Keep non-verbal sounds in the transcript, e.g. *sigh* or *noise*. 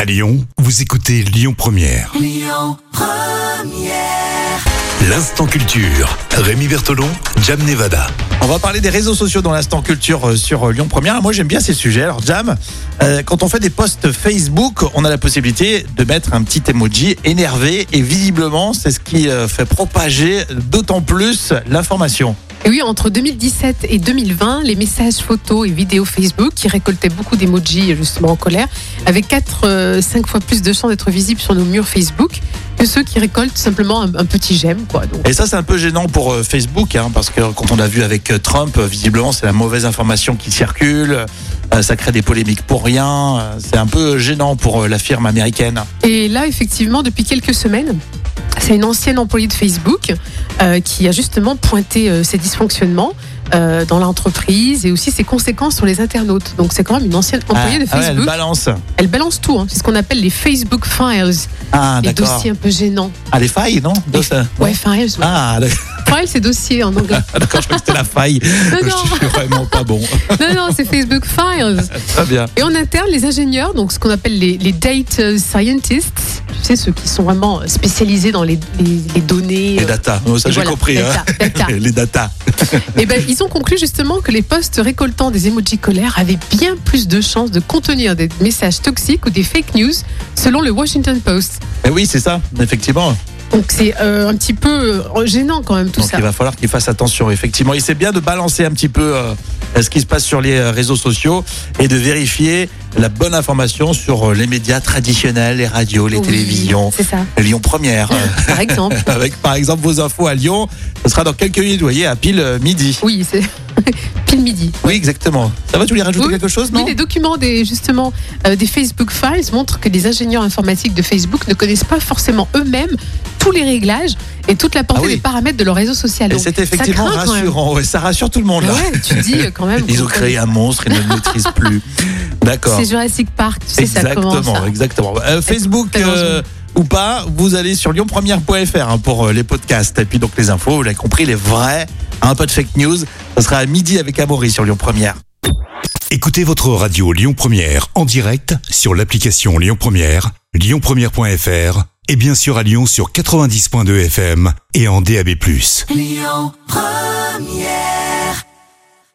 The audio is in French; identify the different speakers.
Speaker 1: À Lyon, vous écoutez Lyon Première. Lyon Première. L'instant culture. Rémi Bertolon, Jam Nevada.
Speaker 2: On va parler des réseaux sociaux dans l'instant culture euh, sur euh, Lyon Première. Moi, j'aime bien ces sujets. Alors, Jam, euh, quand on fait des posts Facebook, on a la possibilité de mettre un petit emoji énervé et visiblement, c'est ce qui euh, fait propager d'autant plus l'information.
Speaker 3: Et oui, entre 2017 et 2020, les messages photos et vidéos Facebook, qui récoltaient beaucoup d'emojis justement en colère, avaient 4-5 fois plus de chances d'être visibles sur nos murs Facebook que ceux qui récoltent simplement un, un petit j'aime. Quoi. Donc,
Speaker 2: Et ça, c'est un peu gênant pour euh, Facebook, hein, parce que quand on l'a vu avec euh, Trump, euh, visiblement, c'est la mauvaise information qui circule. euh, Ça crée des polémiques pour rien. euh, C'est un peu gênant pour euh, la firme américaine.
Speaker 3: Et là, effectivement, depuis quelques semaines, c'est une ancienne employée de Facebook euh, qui a justement pointé euh, ses dysfonctionnements euh, dans l'entreprise et aussi ses conséquences sur les internautes. Donc c'est quand même une ancienne employée de
Speaker 2: Ah, ah ouais, elle
Speaker 3: Facebook. elle,
Speaker 2: balance.
Speaker 3: balance tout, hein. c'est ce qu'on appelle les Facebook Files,
Speaker 2: Ah,
Speaker 3: les
Speaker 2: d'accord.
Speaker 3: dossiers un peu gênants.
Speaker 2: Ah, les failles, non De ça
Speaker 3: Ouais, Files. ouais.
Speaker 2: Ah, d'accord,
Speaker 3: Files, c'est dossier en
Speaker 2: *laughs*
Speaker 3: anglais.
Speaker 2: d'accord, je crois que c'était la faille.
Speaker 3: Non,
Speaker 2: Je
Speaker 3: non.
Speaker 2: suis vraiment pas bon.
Speaker 3: non, non, c'est Facebook Files.
Speaker 2: Très bien.
Speaker 3: Et en interne, les ingénieurs, donc ce qu'on appelle les, les data scientists, tu sais, ceux qui sont vraiment spécialisés dans les, les- les données.
Speaker 2: Les
Speaker 3: euh,
Speaker 2: data, Non, ça
Speaker 3: et
Speaker 2: j'ai
Speaker 3: voilà,
Speaker 2: compris.
Speaker 3: data,
Speaker 2: hein. *laughs*
Speaker 3: data.
Speaker 2: Les data.
Speaker 3: Eh ben, ils ont conclu justement que les postes récoltant des emojis colère avaient bien plus de chances de contenir des messages toxiques ou des fake news, selon le Washington Post.
Speaker 2: Mais oui, c'est ça, effectivement.
Speaker 3: Donc c'est euh, un petit peu euh, gênant quand même tout
Speaker 2: Donc
Speaker 3: ça.
Speaker 2: il va falloir qu'il fasse attention, effectivement. Et c'est bien de balancer un petit peu euh, ce qui se passe sur les euh, réseaux sociaux et de vérifier la bonne information sur euh, les médias traditionnels, les radios, les
Speaker 3: Oui,
Speaker 2: télévisions.
Speaker 3: C'est ça,
Speaker 2: Lyon Première, euh, *laughs*
Speaker 3: par exemple.
Speaker 2: avec par exemple vos infos à Lyon, ce sera dans quelques minutes, vous voyez, à pile euh, midi.
Speaker 3: oui, c'est *laughs* pile midi.
Speaker 2: Oui, exactement. Ça va, tu voulais rajouter
Speaker 3: Oui.
Speaker 2: quelque chose,
Speaker 3: Oui,
Speaker 2: non
Speaker 3: les documents des justement euh, des Facebook Files montrent que les ingénieurs informatiques de Facebook ne connaissent pas forcément eux-mêmes tous les réglages et toute la portée
Speaker 2: Ah oui.
Speaker 3: des paramètres de leur réseau social.
Speaker 2: Et
Speaker 3: Donc,
Speaker 2: c'est
Speaker 3: ça
Speaker 2: effectivement
Speaker 3: craint quand même.
Speaker 2: rassurant. Ouais, ça rassure tout le monde. Là.
Speaker 3: Ouais, tu dis euh, quand même.
Speaker 2: *laughs* Ils ont
Speaker 3: qu'on-
Speaker 2: créé un monstre, ils ne le maîtrisent plus. D'accord.
Speaker 3: C'est Jurassic Park, tu sais, ça commence.
Speaker 2: Exactement,
Speaker 3: ça.
Speaker 2: exactement. Euh, Facebook
Speaker 3: Tellement
Speaker 2: euh, ou pas, vous allez sur lyonpremière.fr hein, pour euh, les podcasts. Et puis donc les infos, vous l'avez compris, les vrais, un peu de fake news. Ça sera à midi avec Amaury sur Lyon Première.
Speaker 1: Écoutez votre radio Lyon Première en direct sur l'application Lyon Première, lyonpremière.fr et bien sûr à Lyon sur 90.2 FM et en DAB+.